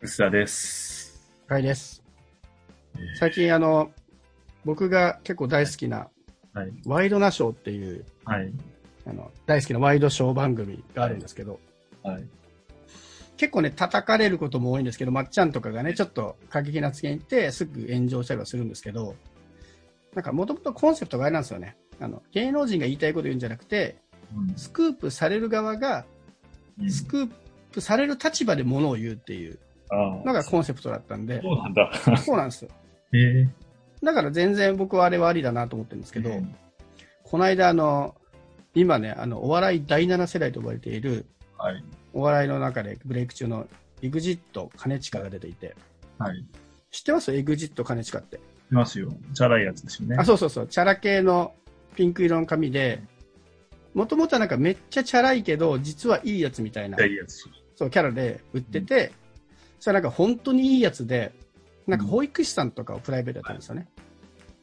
薄田です。深井です。最近、あの、僕が結構大好きな、はい。ワイドナショーっていう、はい。あの、大好きなワイドショー番組があるんですけど、はい。結構ね、叩かれることも多いんですけど、まっちゃんとかがね、ちょっと過激な発言言って、すぐ炎上したりはするんですけど、なんか、もともとコンセプトがあれなんですよね。あの、芸能人が言いたいこと言うんじゃなくて、うんスクープされる側が、うんスクープされる立場でものを言うっていうあのがコンセプトだったんあ。で、そうなんだ。そうなんですよ。へえ。だから全然僕はあれはありだなと思ってるんですけど、うんこの間あの、今ね、あのお笑い第7世代と呼ばれている、はい。お笑いの中でブレイク中の EXIT 兼近が出ていて、はい。い知ってます ?EXIT 兼近って。ますよ。チャラいやつですよね。あ、そうそうそう、チャラ系のピンク色の髪で、もともとはなんかめっちゃチャラいけど、実はいいやつみたいな、いいやつ。そうキャラで売ってて、それはなんか本当にいいやつで、なんか保育士さんとかをプライベートやったんですよね。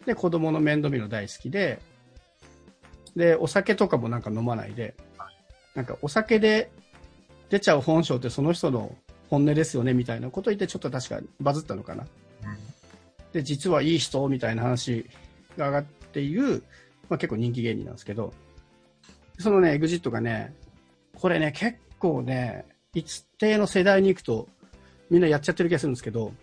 で、子供の面倒見るの大好きで、で、お酒とかもなんか飲まないで、なんかお酒で出ちゃう本性ってその人の本音ですよねみたいなこと言ってちょっと確かバズったのかな。で、実はいい人みたいな話が上がっている、まあ、結構人気芸人なんですけど、そのね、EXIT がね、これね、結構ね、一定の世代に行くと、みんなやっちゃってる気がするんですけど、はい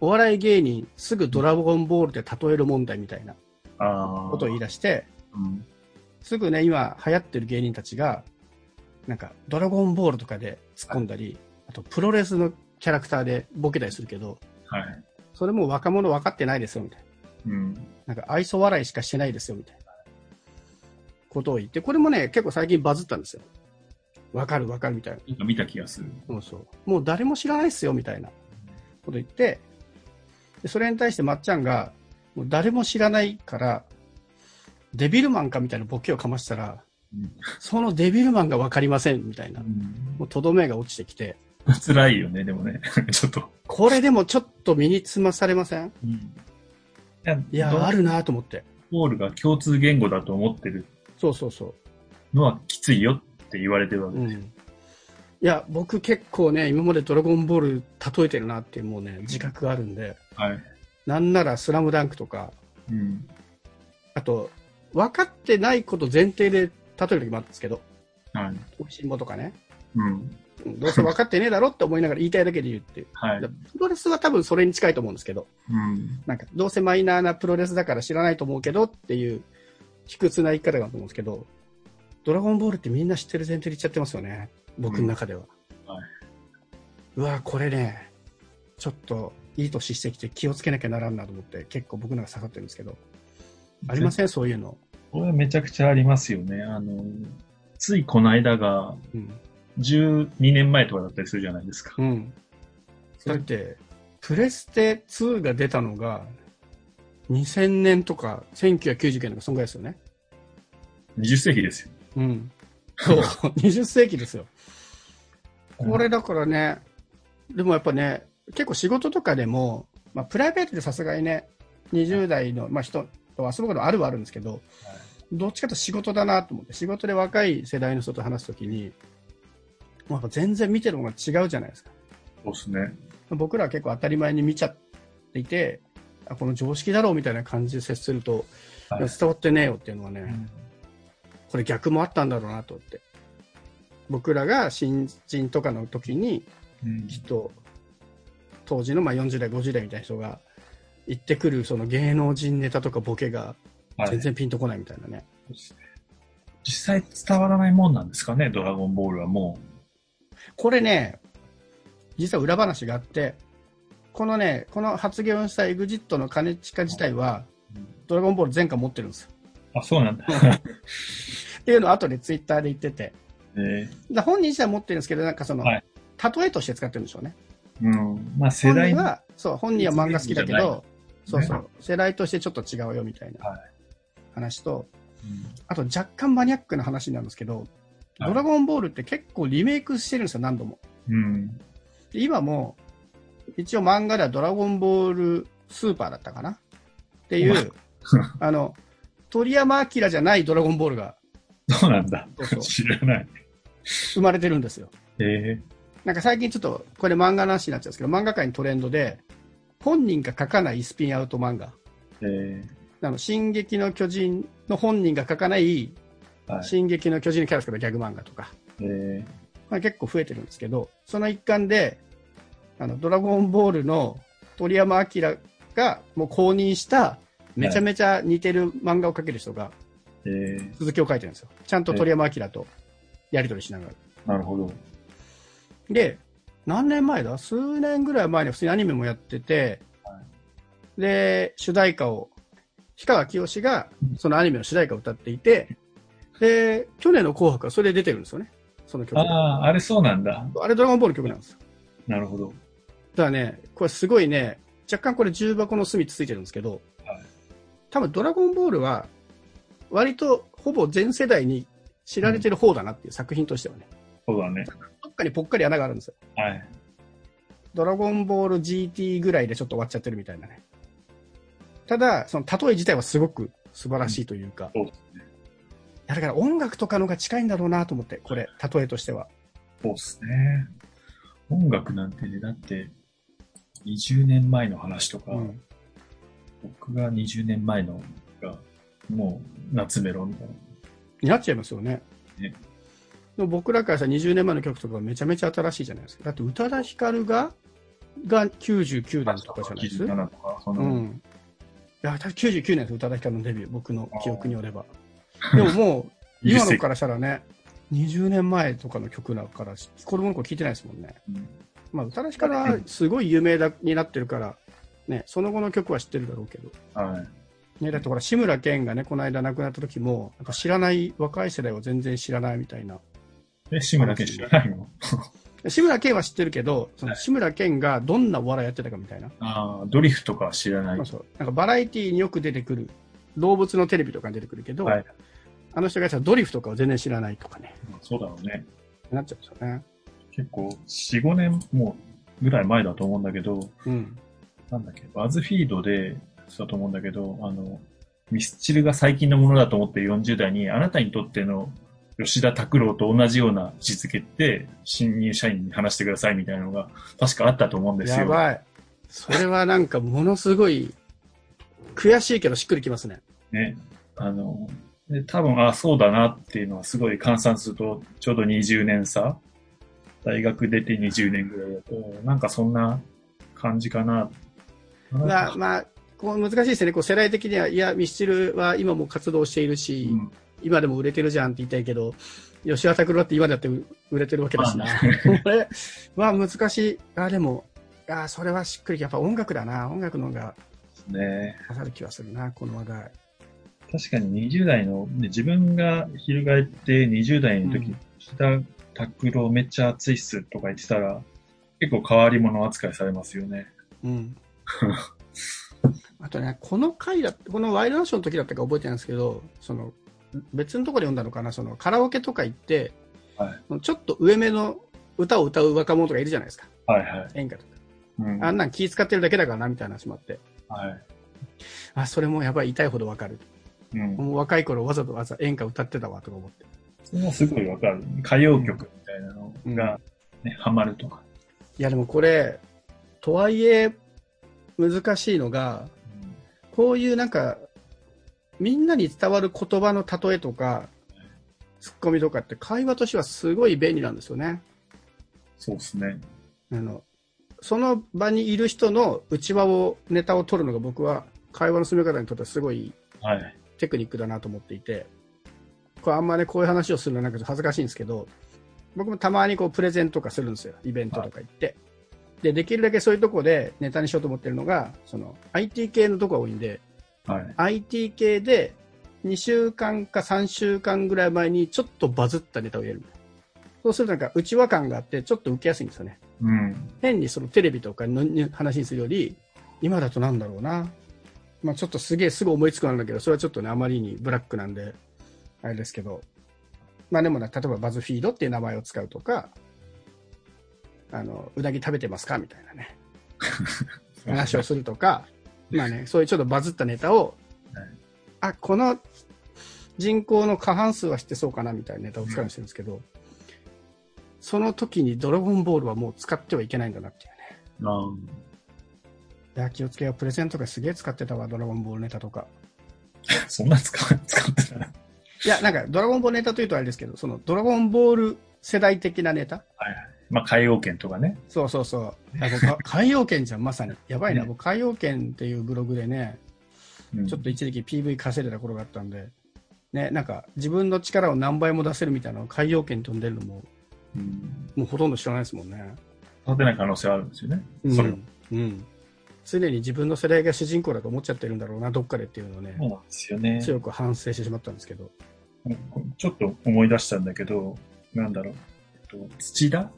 お笑い芸人、すぐドラゴンボールで例える問題みたいなああ。ことを言い出して、うん。すぐね、今流行ってる芸人たちが、なんか、ドラゴンボールとかで突っ込んだり、あと、プロレスのキャラクターでボケたりするけど、はい。それもう若者分かってないですよ、みたいな。うん。なんか愛想笑いしかしてないですよみたいなことを言って、これもね、結構最近バズったんですよ。わかるわかるみたいな。なんか見た気がする。そうそう。もう誰も知らないっすよみたいなこと言って、でそれに対してまっちゃんが、もう誰も知らないから、デビルマンかみたいなボケをかましたら、うんそのデビルマンがわかりませんみたいな、もうとどめが落ちてきて、辛いよね、でもね。ちょっと。これでもちょっと身につまされませんいいや、ドあラるなと思って。ゴンボールが共通言語だと思ってるそうそうそう。のはきついよって言われてるわけ。うん、いや僕結構ね今まで「ドラゴンボール」例えてるなっていうもうね自覚があるんではい。なんなら「スラムダンクとかうん。あと分かってないこと前提で例える時もあるんですけどはい。 「おいしんぼ」とかねうん。うんどうせ分かってねえだろって思いながら言いたいだけで言うっていうはいだ。プロレスは多分それに近いと思うんですけどうん。なんかどうせマイナーなプロレスだから知らないと思うけどっていう卑屈な言い方があると思うんですけど「ドラゴンボール」ってみんな知ってる前提で言っちゃってますよね僕の中では、うんはいうわこれねちょっといい年してきて気をつけなきゃならんなと思って結構僕の中刺さってるんですけどありませんそういうの、これはめちゃくちゃありますよね。あの、ついこの間がうん12年前とかだったりするじゃないですか。うん、だってプレステ2が出たのが2000年とか1990年とかそんぐらいですよね20世紀ですよ。うん。 そう、20世紀ですよ。これだからね、でもやっぱね、結構仕事とかでも、まあ、プライベートでさすがにね、20代の、まあ、人と遊ぶことあるはあるんですけど、どっちかというと仕事だなと思って、仕事で若い世代の人と話すときに、もうやっぱ全然見てるものが違うじゃないですか。そうですね。僕らは結構当たり前に見ちゃっていて、あこの常識だろうみたいな感じで接すると、はいいや伝わってねえよっていうのはね、これ逆もあったんだろうなと思って僕らが新人とかの時にうんきっと当時のまあ40代50代みたいな人が言ってくるその芸能人ネタとかボケがはい全然ピンとこないみたいなね、実際伝わらないもんなんですかね、ドラゴンボールはもこれね実は裏話があってこのねこの発言をした EXIT の兼近自体はう。 「ドラゴンボール」全巻持ってるんですよあ、そうなんだ。っていうのを後でツイッターで言っててえ だ本人自体は持ってるんですけどなんかその、はい例えとして使ってるんでしょうねうん。まあ世代本人はそう本人は漫画好きだけじゃないど、そうそう世代としてちょっと違うよみたいなはい話とうんあと若干マニアックな話なんですけど「はいドラゴンボール」って結構リメイクしてるんですよ何度もうん。で今も一応漫画では「ドラゴンボールスーパー」だったかなっていお前うあの鳥山明じゃない「ドラゴンボール」がそうなんだ そうそ。う知らない。生まれてるんですよええなんか最近ちょっと、これ漫画の話になっちゃうんですけど、漫画界のトレンドで、本人が書かないスピンアウト漫画。えあの、進撃の巨人の本人が書かない、ー、はい。進撃の巨人のキャラクターのギャグ漫画とか、えー、まあ、結構増えてるんですけど、その一環で、あの、ドラゴンボールの鳥山明がもう公認した、めちゃめちゃ似てる漫画を描ける人がえー、続きを書いてるんですよ。ちゃんと鳥山明とやり取りしながら。なるほど。で、何年前だ数年ぐらい前に普通にアニメもやってて、はで、主題歌を、氷川きよしがそのアニメの主題歌を歌っていて、で、去年の紅白はそれで出てるんですよね。その曲。あああ、あれそうなんだ。れドラゴンボールの曲なんですよ。なるほど。ただね、これすごいね、若干これ重箱の隅つついてるんですけど、はい多分ドラゴンボールは、割とほぼ全世代に知られてる方だなっていう作品としてはね、そうだね。どっかにぽっかり穴があるんですよ。はい。ドラゴンボール GT ぐらいでちょっと終わっちゃってるみたいなね。ただ、その例え自体はすごく素晴らしいというか、うんいやだから音楽とかのが近いんだろうなと思って、これ、例えとしては。そうっすね。音楽なんてね、だって、20年前の話とか、うん僕が20年前のが、もう夏メロみたいな。になっちゃいますよね。ねでも僕らからさ、20年前の曲とかめちゃめちゃ新しいじゃないですか。だって宇多田ヒカルが、が99年とかじゃないです97とか、その、うん。いや、多分99年です、宇多田ヒカルのデビュー、僕の記憶によれば。でももう、今のからしたらね、20年前とかの曲だから、子供の頃聞いてないですもんね。うんまあ、宇多田ヒカルはすごい有名だになってるから、ね、その後の曲は知ってるだろうけど。はい。ね、だってほら、志村けんがね、この間亡くなった時も、やっぱ知らない、若い世代は全然知らないみたいな。え、志村けん知らないの志村けんは知ってるけど、その志村けんがどんなお笑いやってたかみたいな。ああ、ドリフとかは知らない。まあはそうなんかバラエティーによく出てくる、動物のテレビとかに出てくるけど、い。あの人がやってたドリフとかを全然知らないとかね、そうだろうね。なっちゃうんですよね。結構、4、5年もぐらい前だと思うんだけど、うん。なんだっけ、バズフィードで、そうだと思うんだけど、あの、ミスチルが最近のものだと思ってる40代に、あなたにとっての吉田拓郎と同じような位置づけって、新入社員に話してくださいみたいなのが、確かあったと思うんですよ。やばい。それはなんかものすごい、悔しいけどしっくりきますね。ね。あの、で多分、あそうだなっていうのはすごい換算すると、ちょうど20年差。大学出て20年ぐらいだと、なんかそんな感じかな。まあ、まあ、こう難しいですね。こう世代的には、いや、ミスチルは今も活動しているし、うん今でも売れてるじゃんって言いたいけど、吉田拓郎だって今だって売れてるわけだしな。 これは難しい。あ、でも、あそれはしっくりき、やっぱ音楽だな。音楽の方がね。刺さる気はするな、この話題。確かに20代の、ね、自分が翻って20代の時、うん吉田拓郎めっちゃ熱いっすとか言ってたら、結構変わり者扱いされますよね。うん。 あとね、この回だこのワイドナショーの時だったか覚えてないんですけど、その、別のところで読んだのかな、そのカラオケとか行って、はちょっと上目の歌を歌う若者とかいるじゃないですか。はいはい。演歌とか。うん、あんなん気使ってるだけだからな、みたいな話もあって。はい。あ、それもやばい、痛いほどわかる。うん。もう若い頃わざとわざ演歌歌ってたわ、とか思って。それはすごいわかる。歌謡曲みたいなのが、ね、ハマるとか。いや、でもこれ、とはいえ、難しいのが、こういうなんか、みんなに伝わる言葉の例えとか、ツッコミとかって会話としてはすごい便利なんですよね。そうですね。あの、その場にいる人の内輪を、ネタを取るのが僕は会話の進め方にとってはすごいはい。テクニックだなと思っていて、これあんまね、こういう話をするのはなんかちょっと恥ずかしいんですけど、僕もたまにこうプレゼントとかするんですよ。イベントとか行って。で、できるだけそういうとこでネタにしようと思ってるのが、その IT 系のとこが多いんで、はい。 IT 系で2週間か3週間ぐらい前にちょっとバズったネタを入れるみたいなそうするとなんか内輪感があってちょっと受けやすいんですよね。うん。変にそのテレビとかのに話にするより、今だとなんだろうな。まあちょっとすげえすぐ思いつくなんだけど、それはちょっとね、あまりにブラックなんで、あれですけど。まあでもね、例えばバズフィードっていう名前を使うとか、あの、うなぎ食べてますかみたいなね。話をするとか、まあね、そういうちょっとバズったネタをはい、あ、この人口の過半数は知ってそうかなみたいなネタを使うようにしてるんですけど、その時にドラゴンボールはもう使ってはいけないんだなっていうね。あいや、気をつけよう。プレゼントがすげえ使ってたわ、ドラゴンボールネタとか。ー そんな使う使ってたら。いや、なんか、ドラゴンボールネタというとあれですけど、その、ドラゴンボール世代的なネタまあ、海洋圏とかね。そうそうそう。いや僕は海洋圏じゃん、まさに。やばいな、ね僕、海洋圏っていうブログでね、うん、ちょっと一時期 PV 稼いでた頃があったんで、ね、なんか、自分の力を何倍も出せるみたいなのを海洋圏に飛んでるのも、うんもうほとんど知らないですもんね。立てない可能性はあるんですよね。うんそれはうん。常に自分の世代が主人公だと思っちゃってるんだろうな、どっかでっていうのをね、そうなんですよね。強く反省してしまったんですけど。ちょっと思い出したんだけど、なんだろう。えっと、土田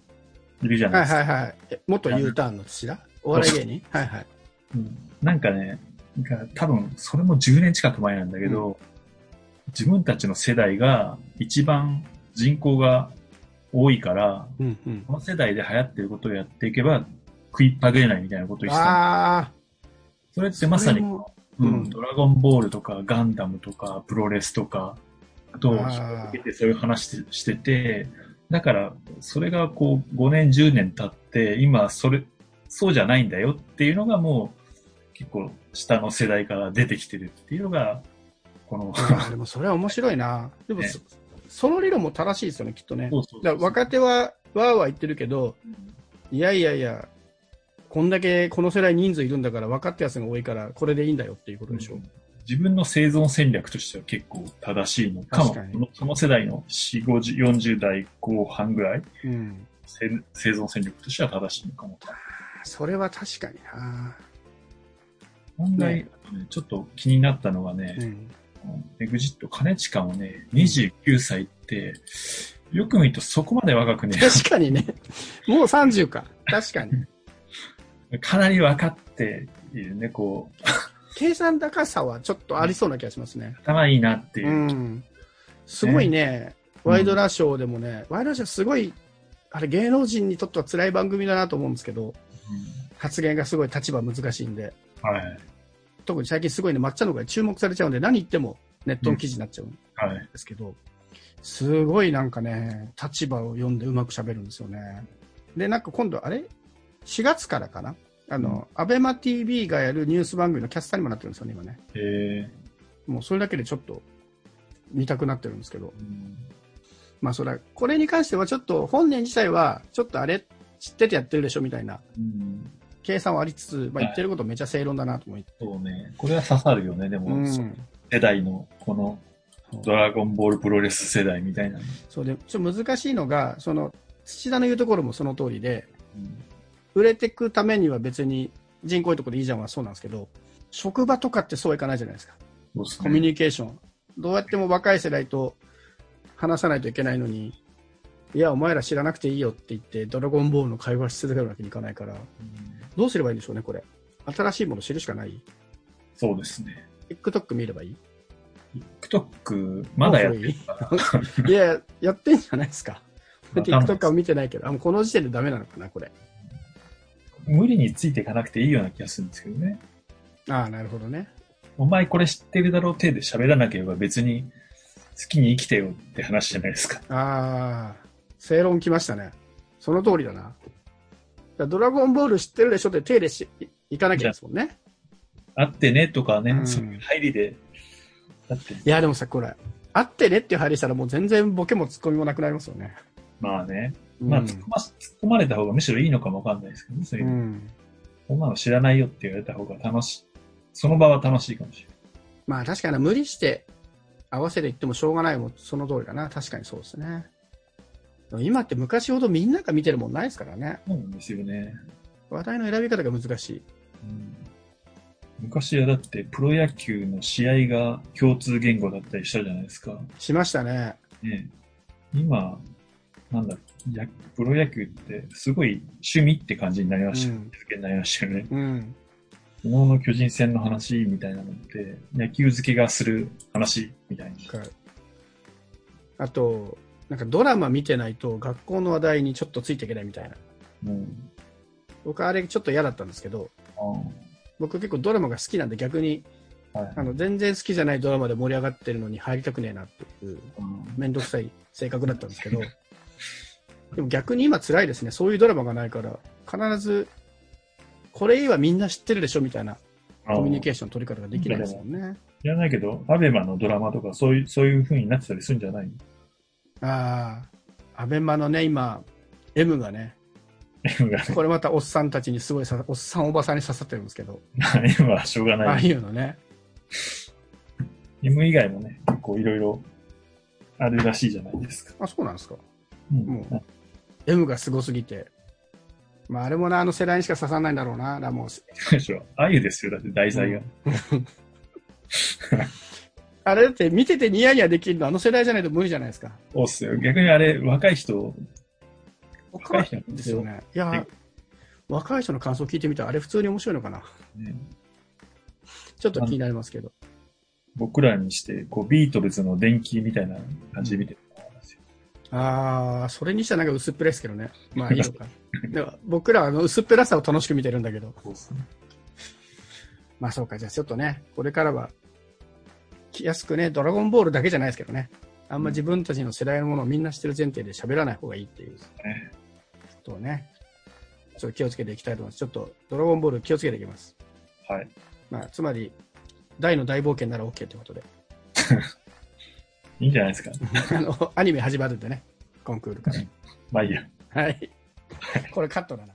いるじゃないはいですか。はいはい。え元 U ターンの土田お笑い芸人はいはい。うんなんかね、なんか多分それも10年近く前なんだけど、自分たちの世代が一番人口が多いから、うんうんこ。の世代で流行ってることをやっていけば食いっぱぐれないみたいなことを言ってた。あそれってまさに、それもうんうんドラゴンボールとかガンダムとかプロレスとか、あと、あ引っー掛けてそういう話してしてて、だから、それがこう5年、10年経って、今、それ、そうじゃないんだよっていうのがもう、結構下の世代から出てきてるっていうのが、この、あ、あーでもそれは面白いな。でもそ、その理論も正しいですよね、きっとね。そうそうだから若手はわーわー言ってるけど、いやいやいや、こんだけこの世代人数いるんだから分かったやつが多いから、これでいいんだよっていうことでしょう。自分の生存戦略としては結構正しいのかも。確かにそのその世代の4、50、40代後半ぐらい、うん。せ生存戦略としては正しいのかも。それは確かにな。問題、ねちょっと気になったのがねう、ん。 エグジット、兼近もね、29歳って、よく見るとそこまで若 くね、確かにね。もう30か。確 かに。かなり分かっているね、こう、計算高さはちょっとありそうな気がしますね。頭いいなっていうう。ん。すごいね、うんワイドナショーでもね、ワイドナショーすごい、あれ芸能人にとっては辛い番組だなと思うんですけど、発言がすごい立場難しいんで、うんはい。特に最近すごいね、抹茶の方が注目されちゃうんで、何言ってもネットの記事になっちゃうんではい。すけど、すごいなんかね、立場を読んでうまく喋るんですよね。で、なんか今度、あれ ?4 月からかなあの、アベマ TV がやるニュース番組のキャスターにもなってるんですよね、今ね。えーもうそれだけでちょっと見たくなってるんですけど、うんまあそれは、これに関してはちょっと本年自体は、ちょっとあれ、知っててやってるでしょみたいなうん計算はありつつ、まあ、言ってることめちゃ正論だなと思って。そうね。これは刺さるよね、でも、うん世代の、この、ドラゴンボールプロレス世代みたいな。そうでちょっと難しいのが、その土田の言うところもその通りで、うん売れていくためには別に人口いいところでいいじゃんはそうなんですけど、職場とかってそうはいかないじゃないですか、そうっすねコミュニケーション、どうやっても若い世代と話さないといけないのに、いや、お前ら知らなくていいよって言って、ドラゴンボールの会話し続けるわけにいかないから、うんどうすればいいんでしょうね、これ、新しいもの知るしかない、そうですね。 TikTok 見ればいい TikTok、まだやってるかい や、やってんじゃないですか、わかんない TikTok は見てないけど、あもうこの時点でダメなのかな、これ。無理についていかなくていいような気がするんですけどね。ああ、なるほどね。お前これ知ってるだろう程度喋らなければ別に好きに生きてよって話じゃないですか。 ああ、正論きましたね。その通りだな。だからドラゴンボール知ってるでしょって手入れし、いいかなきゃですもんね。あってねとかね、うんそういう入りで。だって、いや、でもさ、これ、あってねっていう入りしたらもう全然ボケもツッコミもなくなりますよね。まあね、まあうん突っ込ま突っ込まれた方がむしろいいのかもわかんないですけどね、そういううの。ん。こんなの知らないよって言われた方が楽しい。その場は楽しいかもしれない。まあ確かに無理して合わせていってもしょうがないもんその通りだな。確かにそうですね。でも今って昔ほどみんなが見てるもんないですからね。そうなんですよね。話題の選び方が難しい。うん昔はだってプロ野球の試合が共通言語だったりしたじゃないですか。しましたね。ね、今、なんだろうや、プロ野球ってすごい趣味って感じになりました、ううん日付になりましたよね。うん。昨日の巨人戦の話みたいなのって、野球漬けがする話みたいわかるあと、なんかドラマ見てないと学校の話題にちょっとついていけないみたいな。な。うん。僕あれちょっと嫌だったんですけど、僕結構ドラマが好きなんで逆に、あーはいあの、全然好きじゃないドラマで盛り上 がってるのに入りたくねえなっていう、うんめんどくさい性格だったんですけど、でも逆に今辛いですね。そういうドラマがないから、必ず、これいいはみんな知ってるでしょみたいなコミュニケーション取り方ができないですも んね。知らないけど、アベマのドラマとか、そういう、そういう風になってたりするんじゃないのああ、アベマのね、今、M がね、が これまたおっさんたちにすごいさ、おっさんおばさんに刺さってるんですけど、今はしょうがあなあい。いうのね。 M 以外もね、結構いろいろあるらしいじゃないですか。あ、そうなんですか。うんもう M がすごすぎて。まあ、あれもな、あの世代にしか刺さんないんだろうな。だからもうでしょ。あゆですよ、だって題材が。あれだって見ててニヤニヤできるのあの世代じゃないと無理じゃないですか。そうっすよ。逆にあれ、若い人、若い人なんでですすよよね。いや、若い人の感想聞いてみたら、あれ普通に面白いのかな。ね、ちょっと気になりますけど。僕らにして、こう、ビートルズの電気みたいな感じで見てると思うんですよ。ああ、それにしてはなんか薄っぺらいですけどね。まあいいの か。でも僕らはあの薄っぺらさを楽しく見てるんだけど。そうっすね。まあそうか、じゃあちょっとね、これからは、気安くね、ドラゴンボールだけじゃないですけどね。あんま自分たちの世代のものをみんな知ってる前提で喋らない方がいいっていうねことをね、ちょっと気をつけていきたいと思います。ちょっとドラゴンボール気をつけていきます。はい。まあ、つまり、大の大冒険なら OK ということで、いいんじゃないですか。あの、アニメ始まるんでね、コ ンクールから。まあいいや。はい。これカットだな。